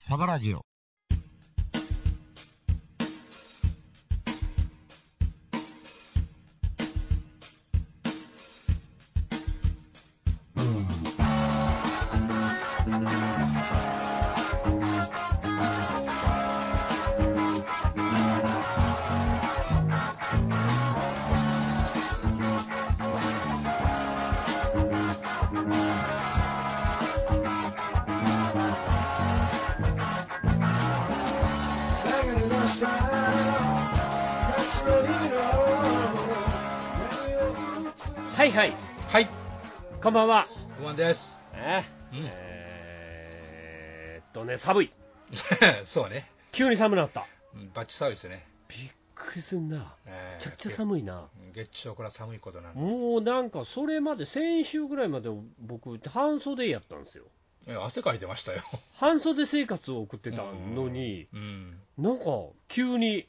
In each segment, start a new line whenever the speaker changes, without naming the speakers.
サバラジオ。
はいはい、
はい、
こんばんは。
不安です。
ね
うん
えーっとね、寒い。
そうね、
急に寒くなった。
うんバッチサウですね。
びっくりすんな。め
えー
ちゃくちゃ寒いな。
月月曜から寒いことなんで
もうなんか、それまで、先週ぐらいまで僕、半袖やったんですよ。
いや汗かいてましたよ。
半袖生活を送ってたのに、
うん、うん
なんか、急に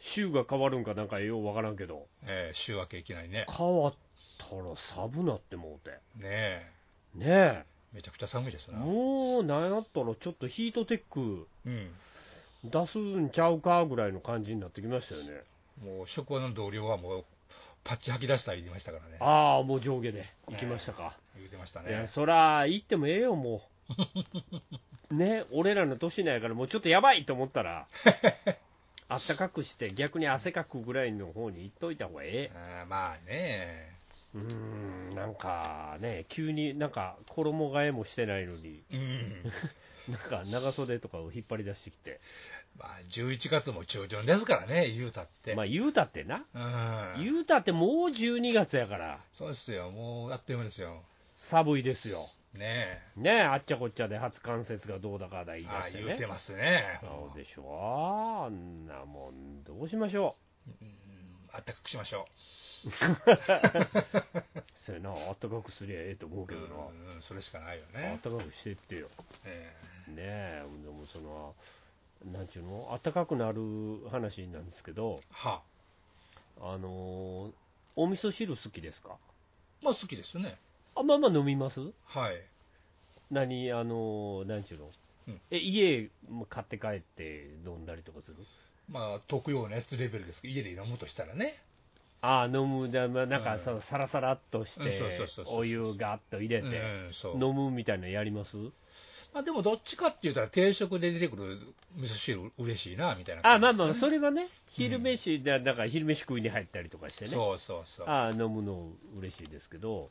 週が変わるんかなんかようわからんけど、
えー週明けいきなりね。
変わったら寒なってもうて。
ねえ、
ね
めちゃくちゃ寒いです
え、
な。
もうなんやったらちょっとヒートテック
うん、
出すんちゃうかぐらいの感じになってきましたよね。
もう職場の同僚はもう、パッチ吐き出した言いましたからね。
ああ、もう上下で行きましたか。
言ってました
いや、
ね。
そら、行ってもええよ、も う。ね、俺らの年なんやから、もうちょっとやばいと思ったら、あったかくして、逆に汗かくぐらいの方に行っといた方がええ。
あーまあね、
うーん、なんかね、急になんか衣替えもしてないのに、
うん、
なんか長袖とかを引っ張り出してきて、
まあ11月も中旬ですからね、言うたって。
まあ言うたってな、
うん、
言うたってもう12月やから、
そうですよ、もうあっという間ですよ。
寒いですよ。
ね
ねあっちゃこっちゃで初関節がどうだかだ言
え、
い出
あー
して
言う
ね
て。ますね。
そうでしょあんなもんどうしましょ
うんあったかくしましょ
うせやなあったかくすりゃええと思う
う。
けどな、
うんうんそれしかないよ
あっ
ね。
たかくしてってよ
え
ねえでもそのなんちゅうのあったかくなる話なんですけど
えはあ
あのーお味噌汁好きですか
まあ好きですね。
あまあまあ飲みます
はい。
何あのーなんちゅうの、
うん
え家も買って帰って飲んだりとかする
まあ、特用のやつレベルですけど、家で飲むとしたらね。
ああ飲むだまあなん
う
か
ん
そのサラサラっとし
うんそう
て
そうそうそう
お湯ガッと入れ
う
て
ん、そう。
飲むみたいなのやります
まあ、でもどっちかって言ったら、定食で出てくる味噌汁嬉しいな、みたいな
あま
感じで
あ
す
まあ、
ね
それはね、昼飯だ、だから昼飯食いに入ったりとかしてね、
そうそうそう。
ああ飲むの嬉しいですけど、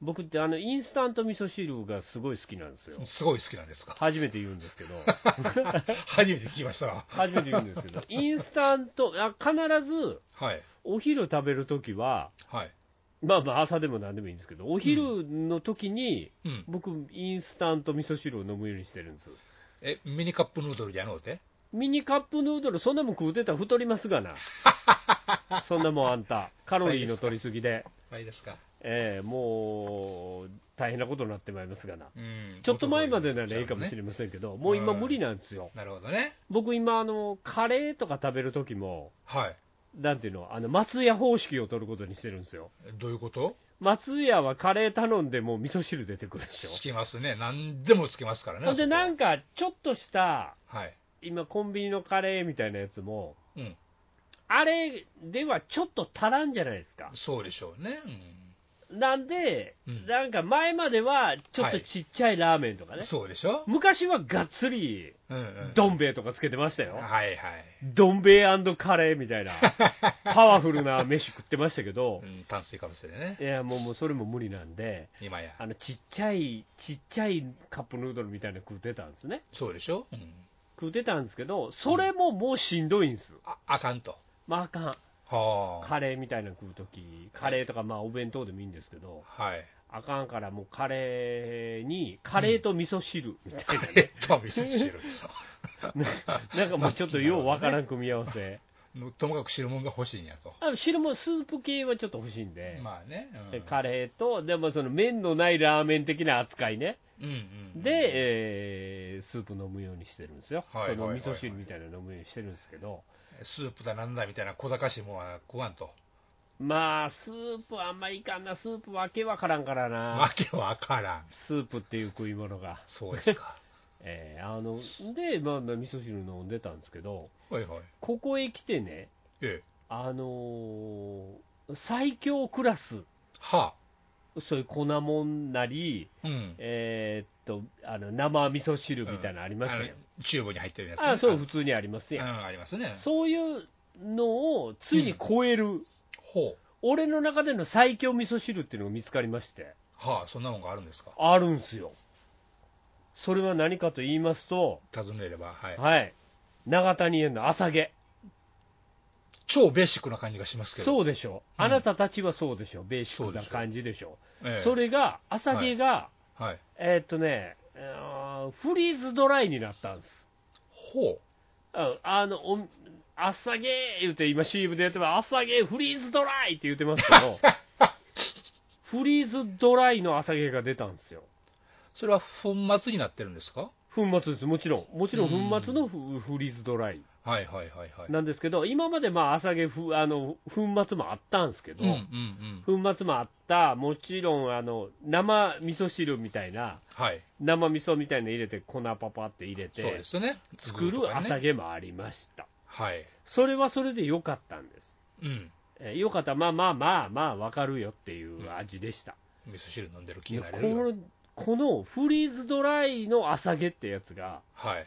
僕ってあのインスタント味噌汁がすごい好きなんです よ、
すごい好きなんですか。
初めて言うんですけど、
初めて聞きましたわ。
初めて言うんですけ ど、インスタント、あ必ず
はい。
お昼食べるときは、
はい。
まあまあ、朝でも何でもいいんですけど、お昼の時に、
うん。
僕、インスタント味噌汁を飲むようにしてるんです。
え、ミニカップヌードルじゃのうて
ミニカップヌードル、そんなもん食うてたら太りますがな、 そんなもんあんた、カロリーの取りすぎで。
はいですか。
ええもう大変なことになってまいりますがな、
うん。
ちょっと前までならいいかもし
ない。
れませんけど、もう今、無理なんですよ、
なるほどね。
僕、今あの、カレーとか食べるときも、
はい。
なんていうの、あの松屋方式を取ることにしてるんですよ、
どういうこと
松屋はカレー頼んで、もう味噌汁出てくるでしょ
つ、きますね、何でもつきますからね、
ほんで、な
あ
んかちょっとした、
そこはい、
今、コンビニのカレーみたいなやつも、
うん、
あれではちょっと足らんじゃないですか、
そうでしょうね、
なんで、
うん
なんか前まではちょっとちっちゃいラーメンとか
うん、
ね、
そうでしょ、
昔はがっつり。
うんうん、
どん兵衛とかつけてましたよ、
はいはい、
どん兵衛カレーみたいな、パワフルな飯食ってましたけど
う、ん、炭水化物でね
い、やもうもうそれも無理なんで、
今や、
あのちっちゃい、ちっちゃいカップヌードルみたいなの食ってたんですね、
そうでしょ、うん、
食ってたんですけど、それももうしんどいんです、
ああかんと、
まああかん、
はあ、
カレーみたいなの食うとき、カレーとかまあお弁当でもいいんですけど、
はい、
あかんから、もうカレーに、カレーと味噌汁みたいな、
えっと、味噌汁、
なんかもうちょっとようわからん組み合わせ、
ともかく汁物が欲しいんやと、
あ汁もスープ系はちょっと欲しいんで。
まあね、
で
うん、
カレーと、でもその麺のないラーメン的な扱いね、
うんうん、
で、えースープ飲むようにしてるんですよ、
はい
その
はいはい
味噌汁みたいなの飲むようにしてるんですけど、
スープだなんだみたいな小賢しいもんは食わん と、
まあ、スープあんまいかんな、スープわけわからんからな、
わけわからん、
スープっていう食い物が、
そうですか、
えーあので、まあ、まあ味噌汁飲んでたんですけど
はいはい。
ここへ来てね
ええ。
あのー最強クラス
は
そういう粉もんなり
あ。うん。
えーっとあの生味噌汁みたいなのありましたよ、
あのチューブに入ってるやつね、
あそう
う
普通にあります
ん、
やん、
ありますね。
そういうのをついに超える、
ほう。
俺の中での最強味噌汁っていうのが見つかりまして
はあ、そんなもんがあるんですか。
あるんすよそれは何かと言いますと
尋ねれば、はい。
はい永谷園の朝毛
超ベーシックな感じがしますけど。う。
そうでしょ、
うん
あなたたちはそうでしょベーシック
そう
な
でしょ
感じでしょ
ええ、
それが朝毛が、
はい。
えーっとねあーフリーズドライになったんです
ほ
ああのお朝毛言うて今 CM でやってます朝毛フリーズドライって言ってますけ どフリーズドライの朝毛が出たんですよ
う。それは粉末になってるんですか
粉末です、もちろん、もちろん粉末のフフリーズドライ
はいはいはいはい。
なんですけど、今までまあ朝毛ふあの、粉末もあったんですけど、
うんうんうん。
粉末もあった、もちろんあの生味噌汁みたいな、
はい。
生味噌みたいなの入れて、粉パパって入れ
そう
て
で、すね。
作る朝
ね、
毛もありました、
はい。
それはそれで良かったんです、
うん。
え良かった、まあまあまあまあ、わかるよっていう味でした。
味噌汁飲んでる気になれ
こ
るよ。
のこのフリーズドライの朝毛ってやつが、
はい。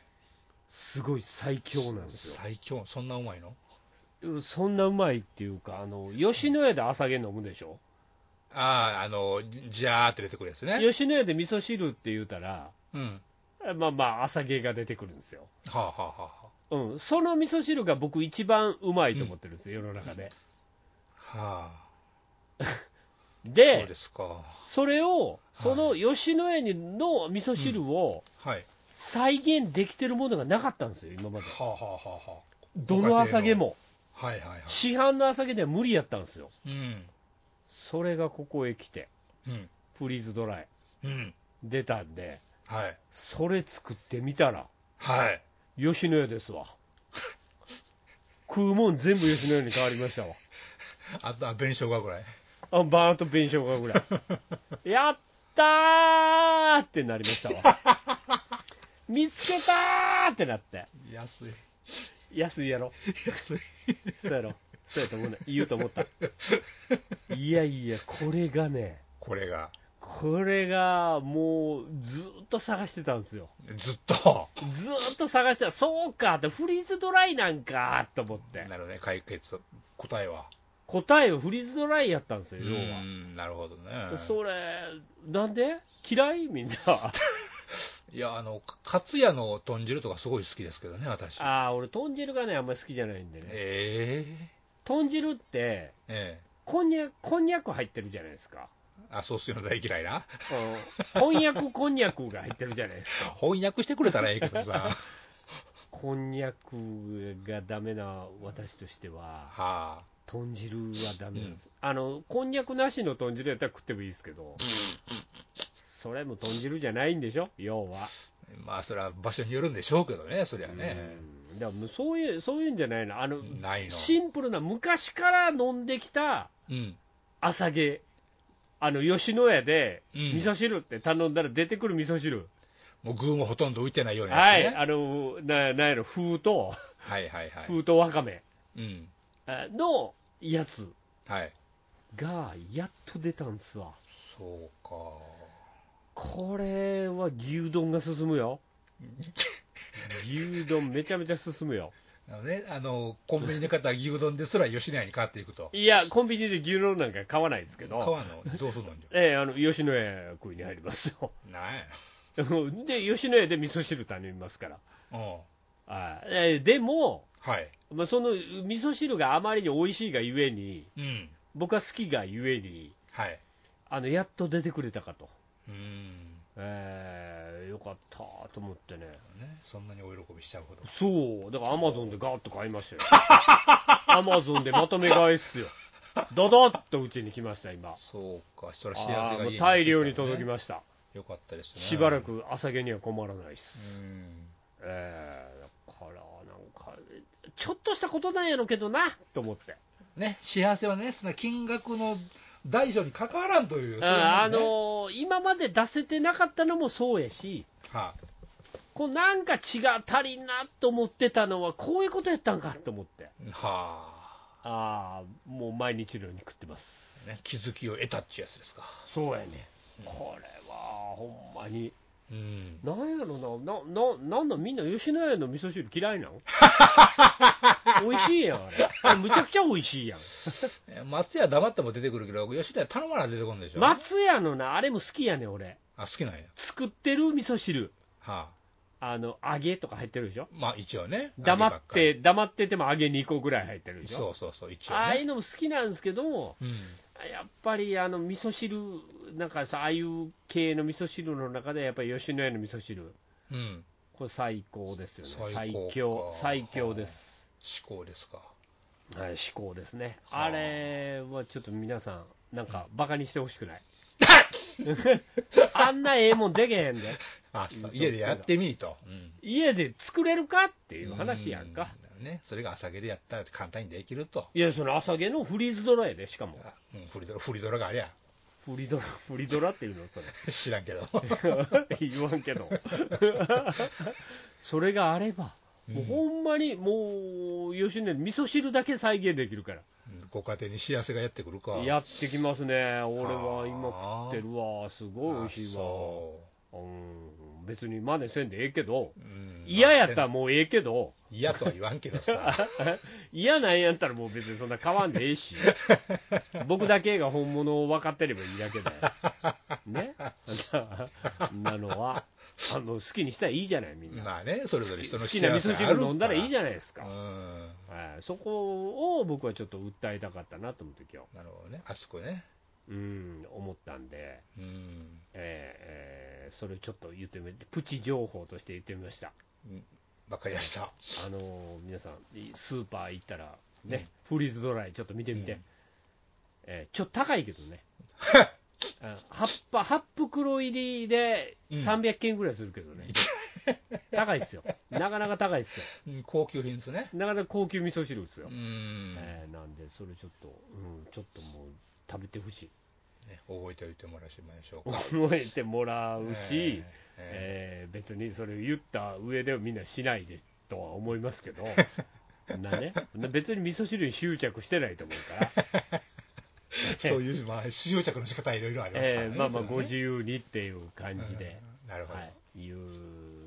すごい最強なんですよ。
最強。そんなうまいの
そんなうまいっていうか、あの吉野家で朝毛飲むでしょ、
ああ、あの、じゃーって出てくるやつね。
吉野家で味噌汁って言うたら、
うん。
まあまあ、朝毛が出てくるんですよ、
はあはあはあは
うん、その味噌汁が僕、一番うまいと思ってるんですよ、世の中で。
あ。はあ。そう
で、
ですか。
それを、その吉野家の味噌汁を
はい。
再現できてるものがなかったんですよ、今まで
は。あはあはあはあ。
どの朝毛も、
はいはいはい。
市販の朝毛では無理やったんですよ。
うん。
それがここへ来て、
うん。
フリーズドライ
うん。
出たんで、
はい。
それ作ってみたら、
はい。
吉野家ですわ食うもん全部吉野家に変わりましたわ
あとは弁償がぐらい。
あバーッと弁償がぐらいやったーってなりましたわ見つけたーってなって
安い。
安いやろ
安い。
そうやろそうやと思うね言うと思ったいやいやこれがね
これが、
これがもうずーっと探してたんですよ
ずっと。
ずーっと探してたそうかってフリーズドライなんかと思って
なるほどね、解決、答えは。
答えはフリーズドライやったんです
う
よ要は
ん、なるほどね。
それ、なんで嫌いみんな。
いや、あの、かかつやの豚汁とかすごい好きですけどね、私。
ああ、俺、豚汁がね、あんまり好きじゃないんでね。
え
豚汁って、
ええ
こんにゃく、こんにゃく入ってるじゃないですか。
えあ、そうするの大嫌いな。
うんこんにゃく、こんにゃくが入ってるじゃないですか。
翻訳してくれたらええけど さ。は
こんにゃくがダメな私としては、
あ。
豚汁はダメなんです。あの、こんにゃくなしの豚汁やったら食ってもいいですけど、それも豚汁じゃないんでしょ、要は。
まあ、それは場所によるんでしょうけどね、そりゃね。
うんだからもうそういう、そういうんじゃないの。あの、
ないの。
シンプルな昔から飲んできた
うん。
朝毛あの吉野家で
うん
味噌汁って頼んだら出てくる味噌汁、
もう具もほとんど浮いてないような
は
や
い
つね。
あのななんやろ風と
はいはいはい。
風とわかめ
うん。
あのやつ
はい。
がやっと出たんすわ
そうか。
これは牛丼が進むよ牛丼めちゃめちゃ進むよ
なのね、あの、コンビニの方は牛丼ですら吉野家に変わってい くと。
いやコンビニで牛丼なんか買わないですけど
川の、どうするのじ
ええあの吉野家食いに入りますよ
ゃ。ない。
で吉野家で味噌汁頼みますから
うん。
あえーでも、
はい。
まあ、その味噌汁があまりに美味しいがゆえに、
うん。
僕は好きがゆえに、
はい。
あのやっと出てくれたかと、
うん。
えーよかったと思ってね、
ね、そんなにお喜びしちゃうほど。
そう、だからアマゾンでガーッと買いましたよ、アマゾンでまとめ買いっすよ、ドドッとうちに来ました、今、
そうか、それ幸せ
あー
が
も
家
う大量に
来
届
た
き
んだね
ました、
よかったですね。
しばら。く朝毛には困らないっ
う
す、
ん。
えーだから、なんか、ちょっとしたことなんやろけどなと思って。
ね、幸せはね、その金額の大小に関わらんという。そういうもんね
ああ、のー今まで出せてなかったのもそうやし、
は
こうなんか血が足りんなと思ってたのは、こういうことやったんかと思って、
は
ああ、もう毎日のように食ってます。
あ、ね、気づきを得たってやつですか。
そうやね。これは、ほんまに、
うん。
なんやろな、な、な、なんだ、みんな吉野家の味噌汁嫌い なん美味しいやん、あれ。あれむちゃくちゃ美味しいやん。
え松屋黙っても出てくるけど、吉田頼まな出てこんでしょ。
松屋のな、あれも好きやねん、俺。
あ、好きなんや。
作ってる味噌汁。
はあ、
あの、揚げとか入ってるでしょ
まあ一応ね。
黙っ
揚げ
て、黙ってても揚げ2個ぐらい入ってる
ばっかり
でしょ
そうそうそう、一応
ああいう
ね。
のも好きなんですけども、
うん。
やっぱりあの味噌汁、なんかさ、ああいう系の味噌汁の中で、やっぱり吉野家の味噌汁、
うん。
これ最高ですよね、
最
最
高か
強、最強です、
思考ですか。
はい、至高ですね、
はあ
あれはちょっと皆さん、なんかバカにしてほしくない、あんなええもんでけへんで、
あ、そう家でやってみると。うん。
家で作れるかっていう話やんか、
うん。ね、それが朝毛でやったら簡単にできると。
いや、その朝毛のフリーズドラやで、しかも、
あうん、フリドラ、フリドラがありゃ、
フリドラ、フリドラっていうの、それ。
知ら んけど。
言わんけどそれがあれば、もうほんまにもう吉野家の味噌汁だけ再現できるから
うんご家庭に幸せがやってくるか。
やってきますね俺は
あ
今食
ー
ってるわすごい美味しい
あ
わ
そ
うん別に真似せんでええけど
ううん
嫌やったらもうええけど
嫌とは言わんけど さ。
嫌なんやったらもう別にそんな買わんでええ し僕だけが本物を分かってればいいだけで ねなのはあの好きにしたらいいじゃないみんな
まあね、それぞれ人の
好きな味噌汁飲んだらいいじ
ゃ
ゃないですか、
うん。
はいそこを僕はちょっと訴えたかったなと思って今
なるほどね。あそこね。
日うん思ったんで、
うん。
えーえーそれちょっと言ってみプチ情報として言ってみました
わかりました。
あのー皆さんいスーパー行ったらね、フリーズドライちょっと見てみて、
うん
えーちょっと高いけどねあ葉っぱ8袋入りで300件ぐらいするけど ね、高いっすよなかなか高いっすよ
うん高級品ですね。
なかなか高級味噌汁ですよ、
うん。
えーなんで、それちょっと、うん、ちょっともう食べてほしい、
ね覚えておいてもらいましょうか。
覚えてもらうし、
え
えー別にそれを言った上ではみんなしないでとは思います けど、なね、別に味噌汁に執着してないと思うから、
ーそういう、まあ、執着の仕方はいろいろありますから
え
ね。
ーまあまあ、
それ
ご
はね
自由にっていう感じで、
うんなるほど
は。い、いう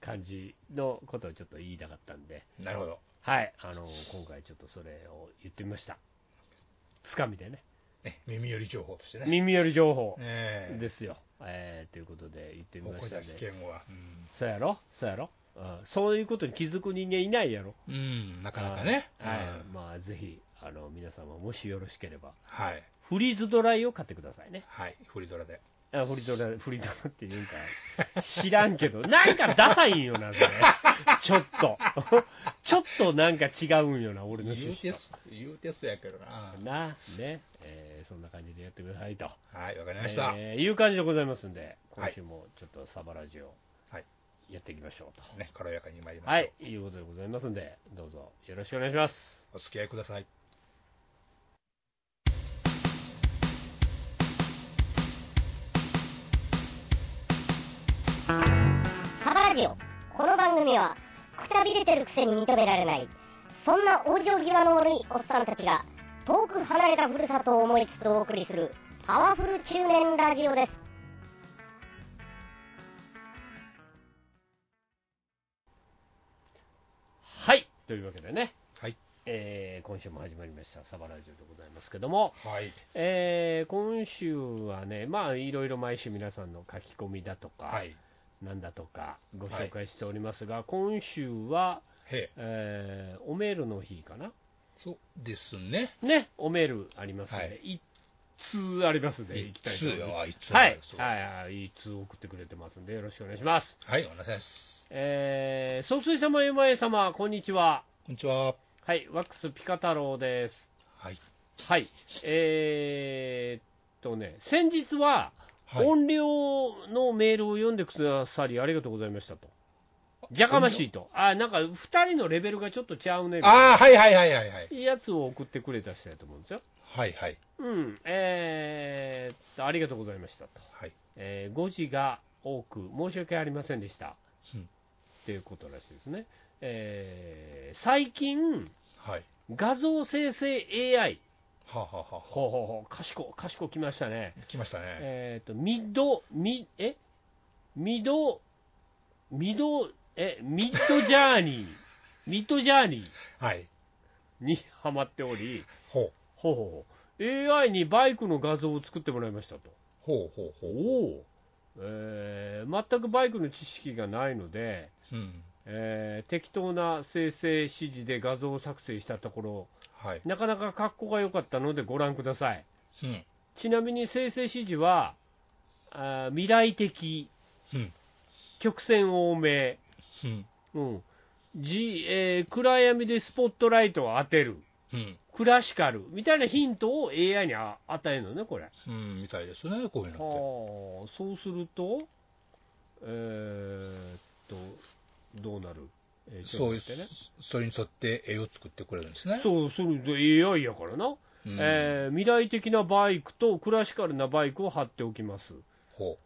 感じのことをちょっと言いたかったんで、
なるほど。
はい、あの今回ちょっとそれを言ってみました。つかみでね、
ね、耳寄り情報としてね。
耳寄り情報。
ええ
ですよ、えーということで言ってみ
お
まし
こ
た
だ
ね
危険は。うん
そうやろそうやろ、うん、そういうことに気づく人間いないやろ
うん、なかなかね。
はい、はい
うん
まあぜひあの皆様もしよろしければ
はい。
フリーズドライを買ってくださいね
はい。フリドラで。
あフリーズドライフリーズドライって言うん か知らんけどなんかダサいんよなそ れちょっと ちょっとなんか違うんよな俺の趣旨
言うて
と
す、言うてすやけどな。
なね、えーそんな感じでやってくださいと、
はい、わかりました。
えーいう感じでございますんで
は
今
い
週もちょっとサバラジオ
はい
やっていきましょうと、
ね、軽やかに参りましょう。
はい、いうことでございますんで、どうぞよろしくお願いします。
お付き合いください。
サバラジオこの番組はくたびれてるくせに認められないそんな往生際の悪いおっさんたちが遠く離れたふるさとを思いつつお送りするパワフル中年ラジオです
はい、というわけでね、
はい。
えー今週も始まりました、サバラジオでございますけども、
はい。
えー今週はね、まあ、いろいろ毎週皆さんの書き込みだとか、
はい。
なんだとか、ご紹介しておりますが、今週は、
へえ。
えーおメールの日かな、
そうですね。
ね、おメールありますんで、
はい
一通ありますんで、行きたいと
通
思い
よ、
ま
あいつ。
す。はい、
そう
はい、はい、一通送ってくれてますんで、よろしくお願いします。
はい、お願いします。
えー、総帥様、ゆまえ様、こんにちは。
こんにちは。
はい、ワックスピカ太郎です。
はい。
はい、えー、っとね、先日は、
はい。
音量のメールを読んでくださり、ありがとうございましたと。じゃかましいと。あ、なんか、二人のレベルがちょっとちゃうね、みたいな
ああ、はいはいはいはいはい。
やつを送ってくれた人やと思うんですよ。
はいはい。
うん、えー、っと、ありがとうございましたと。
はい。
えー、誤字が多く、申し訳ありませんでした
うん。
っていうことらしいですね。えー最近、
はい。
画像生成 AI、
はあ、はあはあ、
ほうほうほう、賢、賢きましたね。
来ましたね。
えっ、と、ミド、ミ、えミド、ミド、え、ミッドジャー ニー、ミッドジャーニ
はい。
ーにハマっており、
ほう。
ほうほうほう、AI にバイクの画像を作ってもらいましたと。
ほうほうほ
お
う。
お、えー全くバイクの知識がないので、
うん。
えー適当な生成指示で画像を作成したところ、
はい。
なかなか格好が良かったのでご覧ください。
うん。
ちなみに生成指示は、あー未来的、
うん。
曲線多め、
うん。
うんじえー暗闇でスポットライトを当てる、
うん。
クラシカルみたいなヒントを AI にあ与えるのね、これ。
うん。みたいですね、こういう
は
のっ
あ、そうすると、えーっと、どうなる、えー
て。そういう、
ちょっと待ってね
それに沿って絵を作ってくれるんですね。
そう、それ AI やからな、
うん
えー未来的なバイクとクラシカルなバイクを貼っておきます、
ほ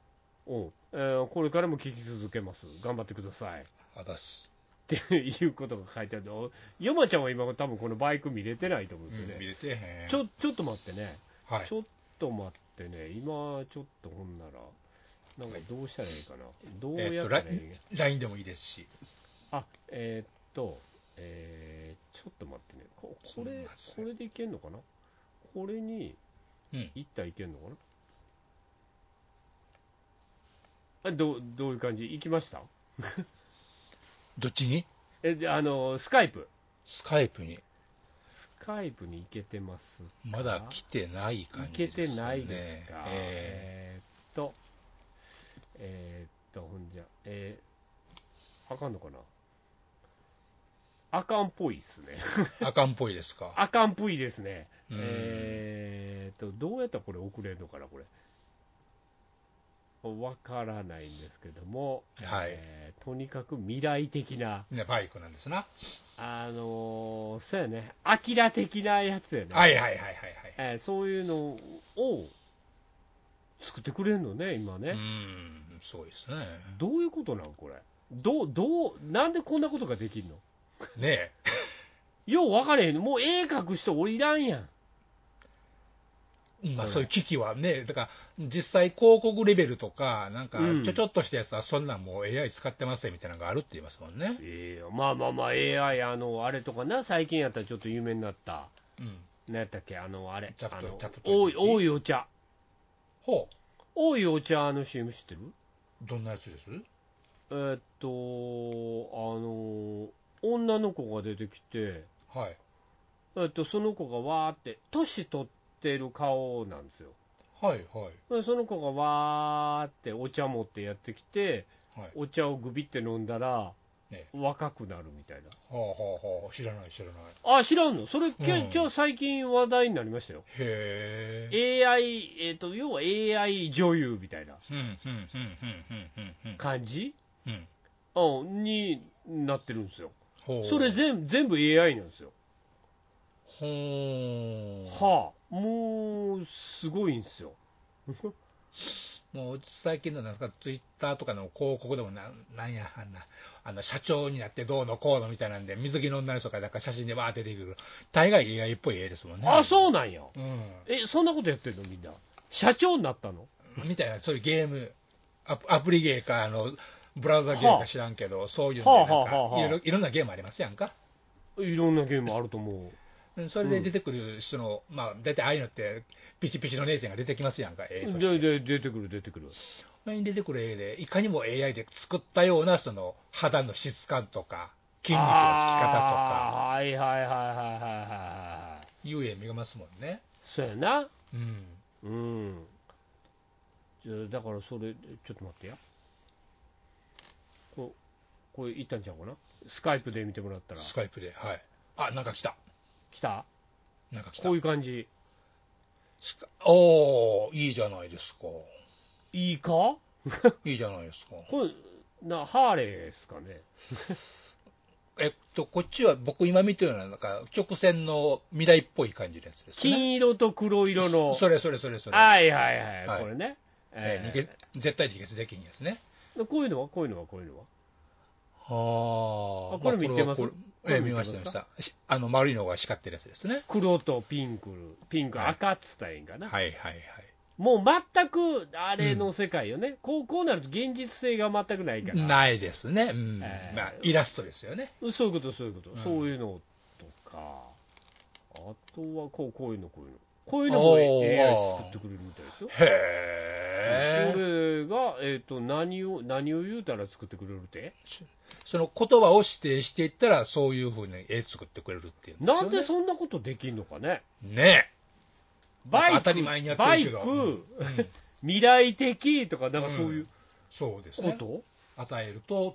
うんえーこれからも聞き続けます、頑張ってください。
う。あだす。
っていうことが書いてあるのヨマちゃんは今、多分このバイク見れてないと思う
うん
ですよ
ん。見
ね、
れてへん。
ちょちょっと待ってね、
はい
ち。ょっと待ってね、今、ちょっとほんなら、なんかどうしたらいいかな、どう
えー
や
と、
っ
ラ
たら
イ
いいか
ン LINE でもいいですし。
あえーっと、えーちょっと待ってね、ここ
すい
れ
ませ
こ
ん
れでいけるのかな、これに
うん。
一体いけるのかなあどうどういう感じ、行きました
どっちに
えであのスカイプ、
スカイプに。
スカイプに行けてます
まだ来てない
行
感じ
け
ですね。
てないですか、
え
えーっと、えーっと、ほんじゃ、えー、あかんのかな、あかんっぽいっすね。
ーあかんっぽいですか。
あかんぷいですね。
うん
えー、と、どうやったらこれ送れるのかな、これ。わからないんですけども、
はい
えーとにかく未来的な、
ね、バイクなんですな。
あのーそうやね、アキラ的なやつやね、
はいはいはいはいはい。
えーそういうのを作ってくれるのね、今
う
ね。
ん、そうですね。
どういうことなん、これ。どう、どう、なんでこんなことができるの
ねえ
よう分かれへんの。もう絵描く人おりらんやん。
まあ、
それ
そういう機器はね、だから実際、広告レベルとか、なんか
うん
ちょちょっとしたやつは、そんなんもう AI 使ってますよみたいなのがあるって言いますもんね。
ええまあまあまあ AI あのあれとかな最近やったらちょっと有名になった
うん、
何やったっけあのあれ
チャプト
あの
チャプト
多い多いお茶
ほ
多いお茶の CM 知ってる
う、どんなやつです
えーっとあの女の子が出てきて
はい。
えーっとその子がわーって年取ってる顔なんですよ
はいはい。
でその子がわーってお茶持ってやってきて
はい、
お茶をグビって飲んだら
ね
若くなるみたいな
ほうほうほう、知らない知らない。
あ知らんのそれ、け
うん
じゃあ最近話題になりましたよ
へえ。
AI、えっと要は AI 女優みたいな
うんうんうんうんうんうんうん
感じ、
うん。
うん、になってるんですよ、
ほう。
それ全全部 AI なんですよ、
ほう。
はあ、もうすごいんですよ、
もう最近のなんですか、ツイッターとかの広告でもなん、なんや、あんな、あの社長になってどうのこうのみたいなんで、水着の女の人がなんか写真でわーって出てくる、大概 AI っぽい絵ですもんね。
あそうなんや、
うん。
えそんなことやってるの、みんな、社長になったの、
みたいな、そういうゲーム、アプアプリゲーか、あの、ブラウザゲーか知らんけど、そういうのでなん
はあはあは
か
あ
いろいろ、いろんなゲームありますやんか。
いろんなゲームあると思
うんそれで出てくる人の、まあ、大体ああいうのって、ピチピチの姉ちゃんが出てきますやんか、絵と
う、
して
でで出てくる、出てくる、
前に出てくる絵で、いかにも AI で作ったようなその肌の質感とか、筋肉のつき方とか、
あーはいはいはいはいはいはいはい、
いう絵見ますもんね。
そうやな。
うん、
うん。じゃあだからそれ、ちょっと待ってや。ここれいったんちゃうかなスカイプで見てもらったら。
スカイプで、はい。あ、なんか来た。
来た
なんか来た
こうい。う感じ。
スカおー、いいじゃないですか。
いいかこ
いいじゃないですか。
れ、な、ハーレーですかね。
えっと、こっちは僕今見てるのは、なんか曲線の未来っぽい感じのやつですね。
金色と黒色の。
それそれそれそれ。
はいはいはい、
はい
これね。
えー
え
逃げ絶対離決できんやつね。
ーこういうのはこういうのはこういうのは
こ
これ見てます
れはこ
こ
れ
れ
ええ
見
見
てま
ますし
か
た、見ました。しあの、丸いのが光ってるやつですね。
黒とピンクル、ピンク、
はい
赤っつったらええんかな、
はいはいはい。
もう全くあれの世界よね、こうこうなると現実性が全くないから、
ないですね。うん。
ええ
まあ、イラストですよね。
そういうこと、そういうこと、
うん
そういうのとか、あとはこうこういうの、こういうの、こういうのも AI 作ってくれるみたいですよ。
へ
こ
え。
れが、えっと何を何を言うたら作ってくれるって、
その言葉を指定していったら、そういうふうに絵作ってくれるっていうんですよ
な
ね。
んでそんなことできんのかね、
ね
バイク、
当たり前にやって
バ
る
イ
けど
ク、
え。うん
未来的とか、なんかそういう
そうです
こ
ね
と、。
与えると、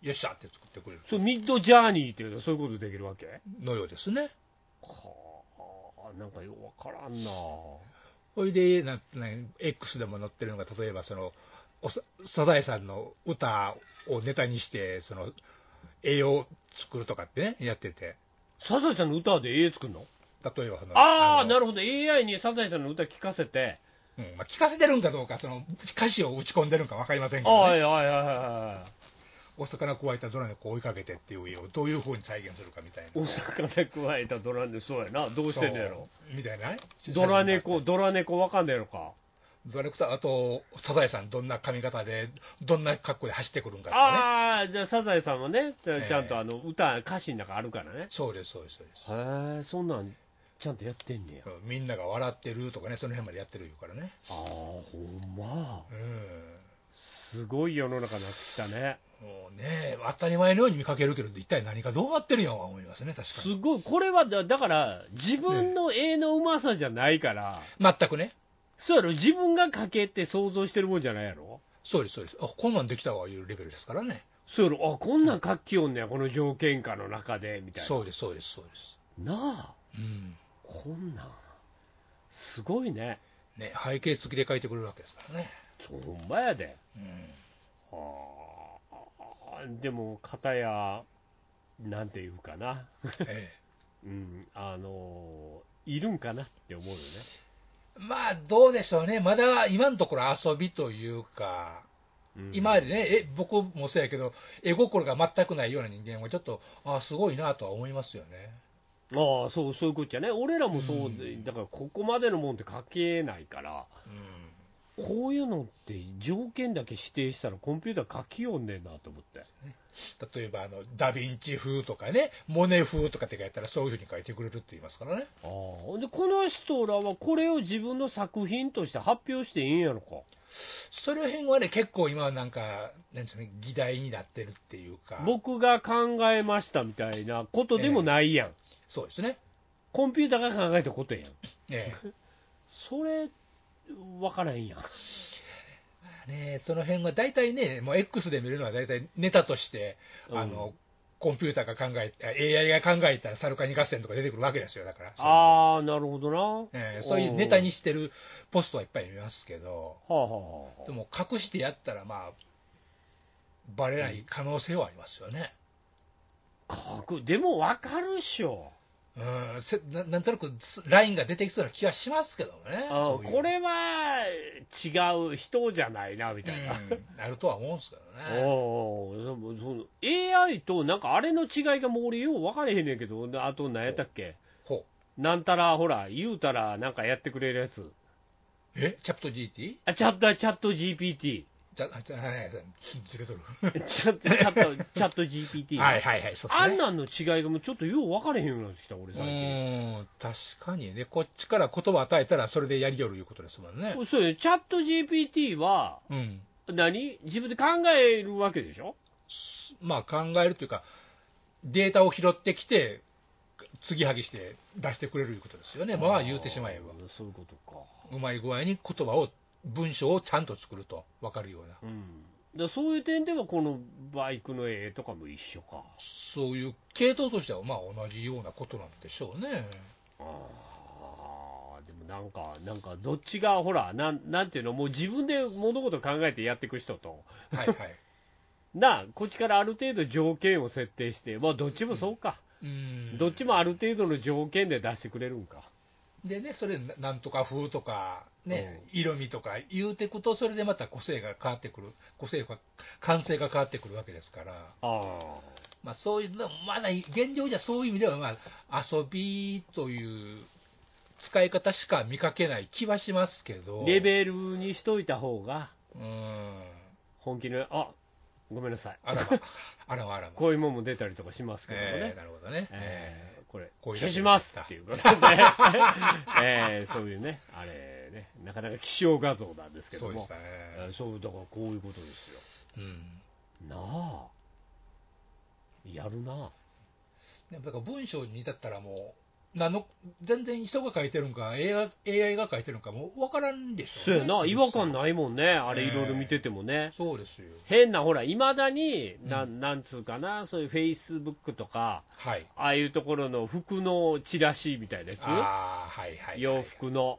よっしゃって作ってくれる
そうミッドジャーニーっていうのはそういうことできるわけ
のようですね。
はあ、なんかようわからんな
ほいで、なんね、X でも載ってるのが、例えばその、おさサザエさんの歌をネタにして、その、栄養を作るとかってね、やってて、
サザエさんの歌で AI 作るの
例えばその、
ああ、な
る
るほど、AI にサザエさんの歌聞かせて、
うんまあ、聞かせてるんかどうか、その、歌詞を打ち込んでるんか分かりませんけ
ああ、
ど、
は
ね、
いはいはいは
お魚加えたドラ猫を追いかけてっていう絵をどういうふうに再現するかみたい
い、
な。
お魚加えたドラ猫、そうやな、どうしてんのやろ、
そうみたいなね。
ドラ猫、。ドラ猫わかんねやろか、
ドラ猫と、あと、サザエさん、どんな髪型で、どんな格好で走ってくるんかとかね。
ああ、じゃあサザエさんはね、ちゃ
ええ
ちゃんとあの歌、歌詞の中あるからね、
そうです、そうです、そうです。
へえ、そんなんちゃんとやってんねや、
うんみんなが笑ってるとかね、その辺までやってるいうからね。
ああ、ほんま、
う
すごい世の中になってきたね。
ん、もうね、当たり前のように見かけるけど、一体何かどうなってるんやは思いますね、確か
す
に。
ごい、これはだだから、自分の絵のうまさじゃないから、
全くね、
そうやろ、自分が描けって想像してるもんじゃないやろ、
そうです、そうです、あこんなんできたわいうレベルですからね、
そうやろ、あこんなん描きよんねや、この条件下の中でみたいな、
そうです、そうです、そうです、
なあ、
うん
こんなん、すごいね、
ね、背景付きで描いてくれるわけですからね、
ほんまやで、
うん、
はあ、でも、片や、なんていうかな、
え
うん、あのいるんかなって思うよね、
え まあ、どうでしょうね、まだ今のところ遊びというか、
うん
今までね、え僕もそうやけど、絵心が全くないような人間は、ちょっと、あすごいなとは思いますよね。
ああそうそういうことじゃね俺らもそうで、
うん
だからここまでのもんって書けないから
うん
こういうのって条件だけ指定したらコンピューター書きよんねんなと思って
例えばあのダ・ヴィンチ風とかね、モネ風とかって書いたら、そういうふうに書いてくれるって言いますからね、
ああほんでこの人らはこれを自分の作品として発表していいんやろか
それ辺はね、結構今はなんか、なんですかね、議題になってるっていうか、
僕が考えましたみたいなことでもないやん、
そうですね、
コンピューターが考えたことやん
え
それ分からんやん
えねえその辺は大体ね、もう X で見るのは大体ネタとして、あのコンピューターが考えた、AI が考えたサルカニ合戦とか出てくるわけですよ、だから、
ああなるほどな、
ええそういうネタにしてるポストはいっぱい見ますけど、
はあ、はあはあ、
でも隠してやったら、まあ、バレない可能性はありますよね。
書くでも分かるっしょ
うんせななんとなくすラインが出てきそうな気はしますけどもね、
あ
そういう
これは違う人じゃないなみ
う
たいな、
ん、なるとは思うんですけどね、
おうおうそその AI となんかあれの違いがもう俺よう分かれへんねんけどあと何やったっけ
ほ
なんたらほら言うたらなんかやってくれるやつ
うえチャプト GT?
あチャットチャット GPT
じゃあじゃあはいはいずれとる
チャットチャットチャット GPT
はいはいはい、そうです
あ
ね
んなんの違いがもうちょっとよう分かれへんようになってきた俺
う
最近
ん確かにね、こっちから言葉与えたら、それでやりよるいうことですもんね。
そうよチャット GPT は
うん、
何自分で考えるわけでしょ
すまあ考えるというか、データを拾ってきて、継ぎはぎして出してくれるいうことですよね、まあ言うてしまえば、
あーそういうことか
うまい具合に言葉を、文章をちゃんと作ると分かるような。
うん、だそういう点では、このバイクの絵とかも一緒か。
そういう系統としてはまあ同じようなことなんでしょうね。
あーでもなんか、なんかどっちがほらなん、なんていうの、もう自分で物事を考えてやっていく人と、
はい はい。
なあこっちからある程度条件を設定して、まあ、どっちもそうか、
うん
どっちもある程度の条件で出してくれるんか。
でね、それななんとか風とか、ね、色味とか言うてくと、それでまた個性が変わってくる、個性が、感性が変わってくるわけですから、
あ
まあそういうの、まだ現状じゃそういう意味では、まあ遊びという使い方しか見かけない気はしますけど、
あ、レベルにしといた方が、
うん、
本気の、あごめんなさい、
あ らば、あらばあらば。
こういうもんも出たりとかしますけども
え
ね
ー、なるほどね。
えーこれ、
こういうだ
消
け
しますっていうことで、 えーそういうね、あれね、なかなか希少画像なんですけど
そうで
も
し、たね。
えーそうだからこういうことですよ。
うん
なあ、やるな、
ねだから文章に至ったらもう、何の全然人が書いてるんか、AI が AI が書いてるんか、もう分からんでしょ
そうやな、違和感
い。
ないもんね、あれ、いろいろ見ててもね。
そうですよ。
変な、ほら、いまだに、な
うん
なんつうかな、そういうフェイスブックとか、
はい。
ああいうところの服のチラシみたいなやつ、
ああ、はいはい、はい。
洋服の、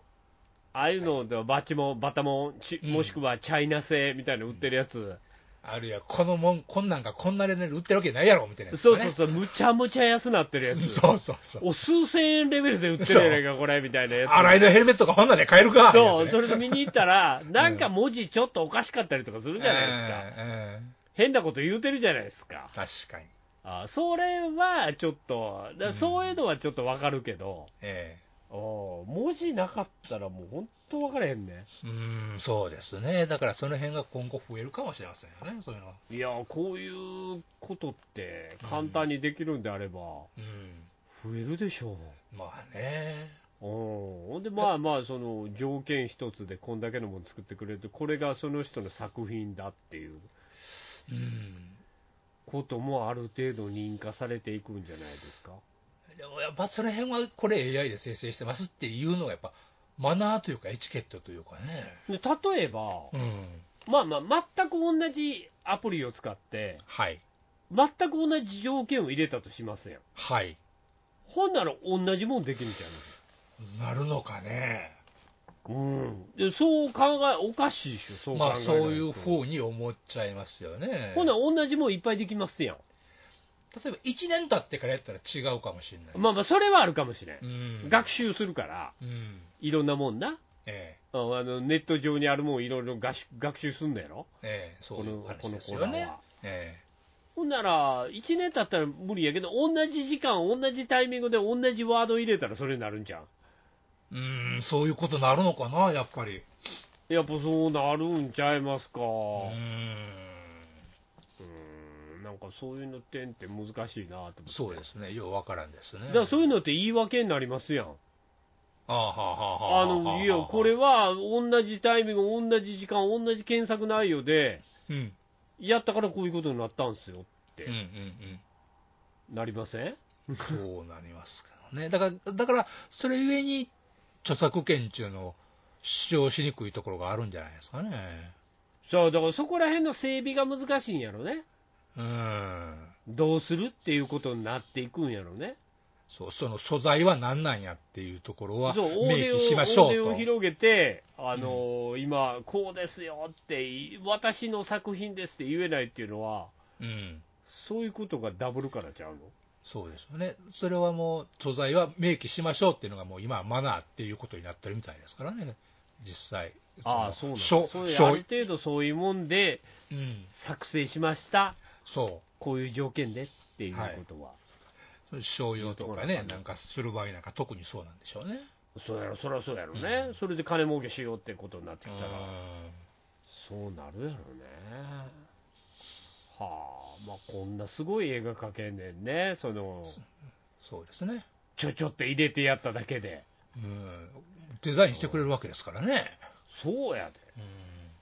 ああいうのでバチモン、バタモン、ち
うん
もしくはチャイナ製みたいなの売ってるやつ、
あるいは、このもん、こんなんがこんなレベルで売ってるわけないやろ、みたいなやつ
そ
と
う
か
そ
ね、
うそう、むちゃむちゃ安なってるやつ、
そうそうそう。
お数千円レベルで売ってるやないか、これみたいなやつ。
洗いのヘルメットがこんなんで買えるか
そう、それ
れ
で見に行ったら、なんか文字ちょっとおかしかったりとかするじゃないですか。変なこと言うてるじゃないですか。
確かに。
あそれはちょっと、だ
うん
そういうのはちょっとわかるけど、
え
お文字なかったらもう本当分からへんね。
えうーん、そうですね。だからその辺が今後増えるかもしれませんよね、そういうのは。
いや、こういうことって簡単にできるんであれば、
うん。
増えるでしょう。
まあね。
うん、ほんで、まあまあ、その条件一つでこんだけのもの作ってくれると、これがその人の作品だっていう
うん。
こともある程度認可されていくんじゃないですか。
でもやっぱその辺はこれ AI で生成してますっていうのがやっぱマナーというかエチケットというかね。
で例えば、
うん。
まあまあ、全く同じアプリを使って、
はい。
全く同じ条件を入れたとしますやん。
はい。
ほんなら同じもんできるんじゃ
なるのかね。
ないうん。で、そう考え、おかしいでしょ、そう考え
まあ
ないと
そういうふうに思っちゃいますよね。
ほんなら同じもんいっぱいできますやん。
例えば1年経ってからやったら違うかもしれない。
まあまあ、それはあるかもしれん。
うん。
学習するから、
うん。
いろんなもんな。
え
う
え。
んあのネット上にあるもんいろいろ学習学習すんだやろ。
ええ、そういう
こ
話
の
ですよ
この子ら
ね
は。
え
ほんなら、1年経ったら無理やけど、同じ時間、同じタイミングで同じワード入れたらそれになるんじゃん。
え。うん、そういうことなるのかな、やっぱり。
やっぱそうなるんちゃいますか。
う。
うんん、なんかそういうの点って難しいなと思って。
そうですね。ようわからんですね。
だからそういうのって言い訳になりますやん。
ああはあはあはあ
あ
はあはあ
の、いや、これは同じタイミング、同じ時間、同じ検索内容で、
うん。
やったからこういうことになったんですよ。
うんうんうん。
なりません
そうなりますからね。だから、だからそれゆえに、著作権っていうのを主張しにくいところがあるんじゃないですかね。
そう、だからそこら辺の整備が難しいんやろね。
うん。
どうするっていうことになっていくんやろね。
そう、その素材は何なんやっていうところは
そう、オーデ
明
ィ
記しまし
オオ
ょ
ー
う
ディを
と。
広げて、あのー今、こうですよってい、私の作品ですって言えないっていうのは、
うん。
そういうことがダブルからちゃうの
そうですよね。それはもう、素材は明記しましょうっていうのがもう今はマナーっていうことになってるみたいですからね。実際。
ああ、そうなんだ
しょ
そういう
しょ
ある程度そういうもんで
うん。
作成しました、
そう。
こういう条件でっていうことは、
商用とか
いうところ
ね
なん、だ
なんかする場合なんか特にそうなんでしょうね。
そうやろ、そりゃそうやろね、それで金儲けしようってことになってきたら、そうなるやろね。はあ、まあ、こんなすごい映画描けんねんね、その
そうですね、
ちょちょって入れてやっただけで、
うん。デザインしてくれるわけですからね。
そうやで、
うん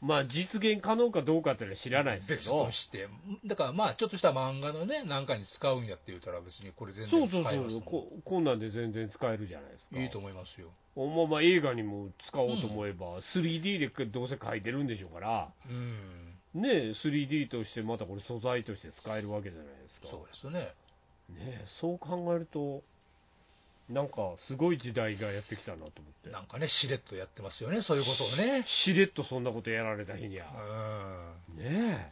まあ、実現可能かどうかっていうのは知らないですけ
別
ど
と、して、だからまあ、ちょっとした漫画のね、なんかに使うんやって言うたら、別にこれ全
そう
然
そう
使え
そ
ま
う、
すも
ここんなんで全然使えるじゃないです
ん
か。
いいと思いますよ。
まあまあ映画にも使おうと思えば、3D でどうせ描いてるんでしょうから、
うん、
ねえ、3D としてまたこれ素材として使えるわけじゃないですか。
そうですね。
ねえそう考えると、なんかすごい時代がやってきたなと思って
な。んかね、しれっとやってますよね、そういうことをね。
しれっとそんなことやられた日には
う。ん
ねえ。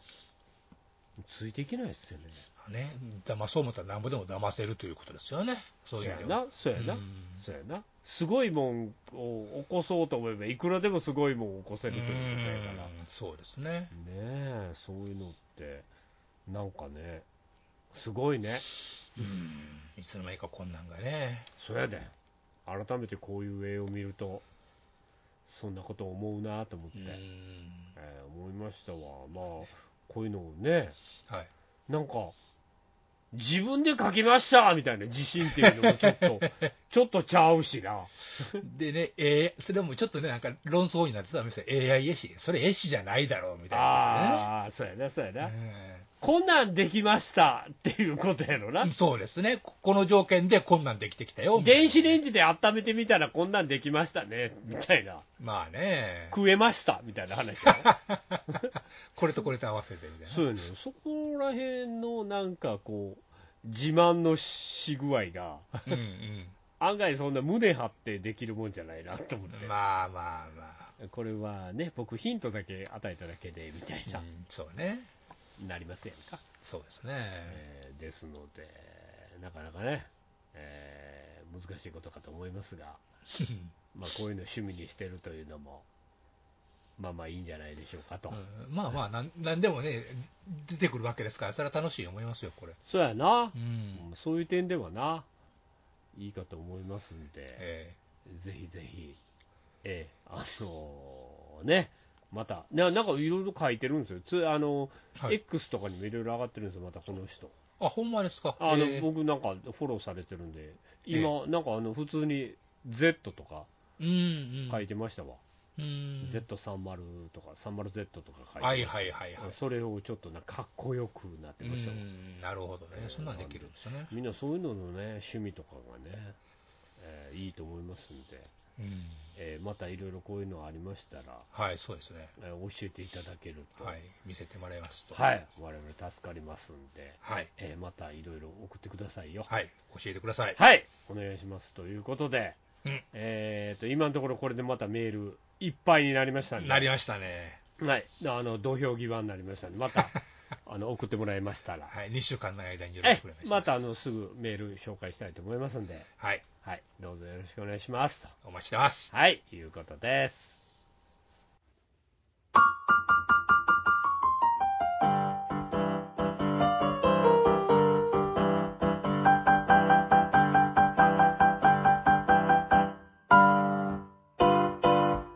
ついていけないっすよね。
ね、騙そう思ったらなんぼでも騙せるということですよね、そう
そ
いう
や
う意味では
な、そうや
う、
なんそうやな、すごいもんを起こそうと思えば、いくらでもすごいもんを起こせるということやから、
うんそうですね、
ねえ、そういうのって、なんかね、すごいね、
いつの間にかこんなんがね、
そやで、改めてこういう絵を見ると、そんなこと思うなと思って、
うん
えー思いましたわ、まあ、こういうのをね、
はい、
なんか、自分で描きましたみたいな自信っていうのもちょっと、ちょっとちゃうしな。
でね、えーそれもちょっとね、なんか論争になってたんですよ、AI 絵師、それ絵師じゃないだろうみたいな
ああ、そうやな、そうや
こと
な
で。ね。うん
こんなんできましたっていうことやろな。
そうですね、ここの条件でこんなんできてきたよ、
電子
ン
レンジで温めてみたらこんなんできましたね、みたいな。
まあね、
食えました、みたいな話やろ
これとこれと合わせてみたい
そうやねそこら辺のなんかこう、自慢のし具合が、
な、うん
案外そんな胸張ってできるもんじゃないなと思っ
う
て。
ん、まあまあま
これはね、僕ヒントだけ与えただけで、みたい
あ、
な
う、ん、そうね、
なりますやんか。
そうですね、
えーですので、なかなかね、えー難しいことかと思いますが。まあ、こういうの趣味にしてるというのも、まあまあいいんじゃないでしょうかと。
うんまあまあなん、なんでもね、出てくるわけですから、それは楽しい思いますよ、これ。
そうやな
う、ん
うんそういう点ではな、いいかと思いますんで、
え
ぜひぜひ、ええ、あのね、また、ななんかいろいろ書いてるんですよ、つあの、
えはい
X とかにもいろいろ上がってるんですよ、またこの人。
あ、ほんまですか。
あの、
えー
僕なんかフォローされてるんで、今、なんかあの普通に Z とか
うん、うん。
書いてましたわ、
うん。
Z30 とか、30Z とか書いてました
はいはいはいはい。
それをちょっとなかっこよくなって
う
ましたもん
ん、なるほどね。そんなんできるんですよね。
みんなそういうののね趣味とかがね、えーいいと思いますんで、
うん。
えーまたいろいろこういうのありましたら、
はい、そうですね。
えー教えていただけると、
はい、見せてもらいますと。
はい我々助かりますんで、
はい。
えーまたいろいろ送ってくださいよ
はい。教えてください。
はいお願いしますということで、
うん
えーと今のところこれでまたメールいっぱいになりましたんで
なりましたね。
はい、あの土俵際になりましたんでまた あの送ってもらいましたら
はい。2週間の間によろ
え
しくお願いし
え
ま。
ますたあのすぐメール紹介したいと思いますんで、
はい。
はい、どうぞよろしくお願いしますと、
お待ちしてます。
はい、いうことです。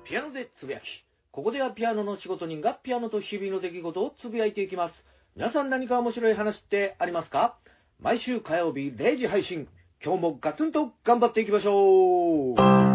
ピアノでつぶやき。ここではピアノの仕事人がピアノと日々の出来事をつぶやいていきます。皆さん何か面白い話ってありますか毎週火曜日0時配信。今日もガツンと頑張っていきましょう。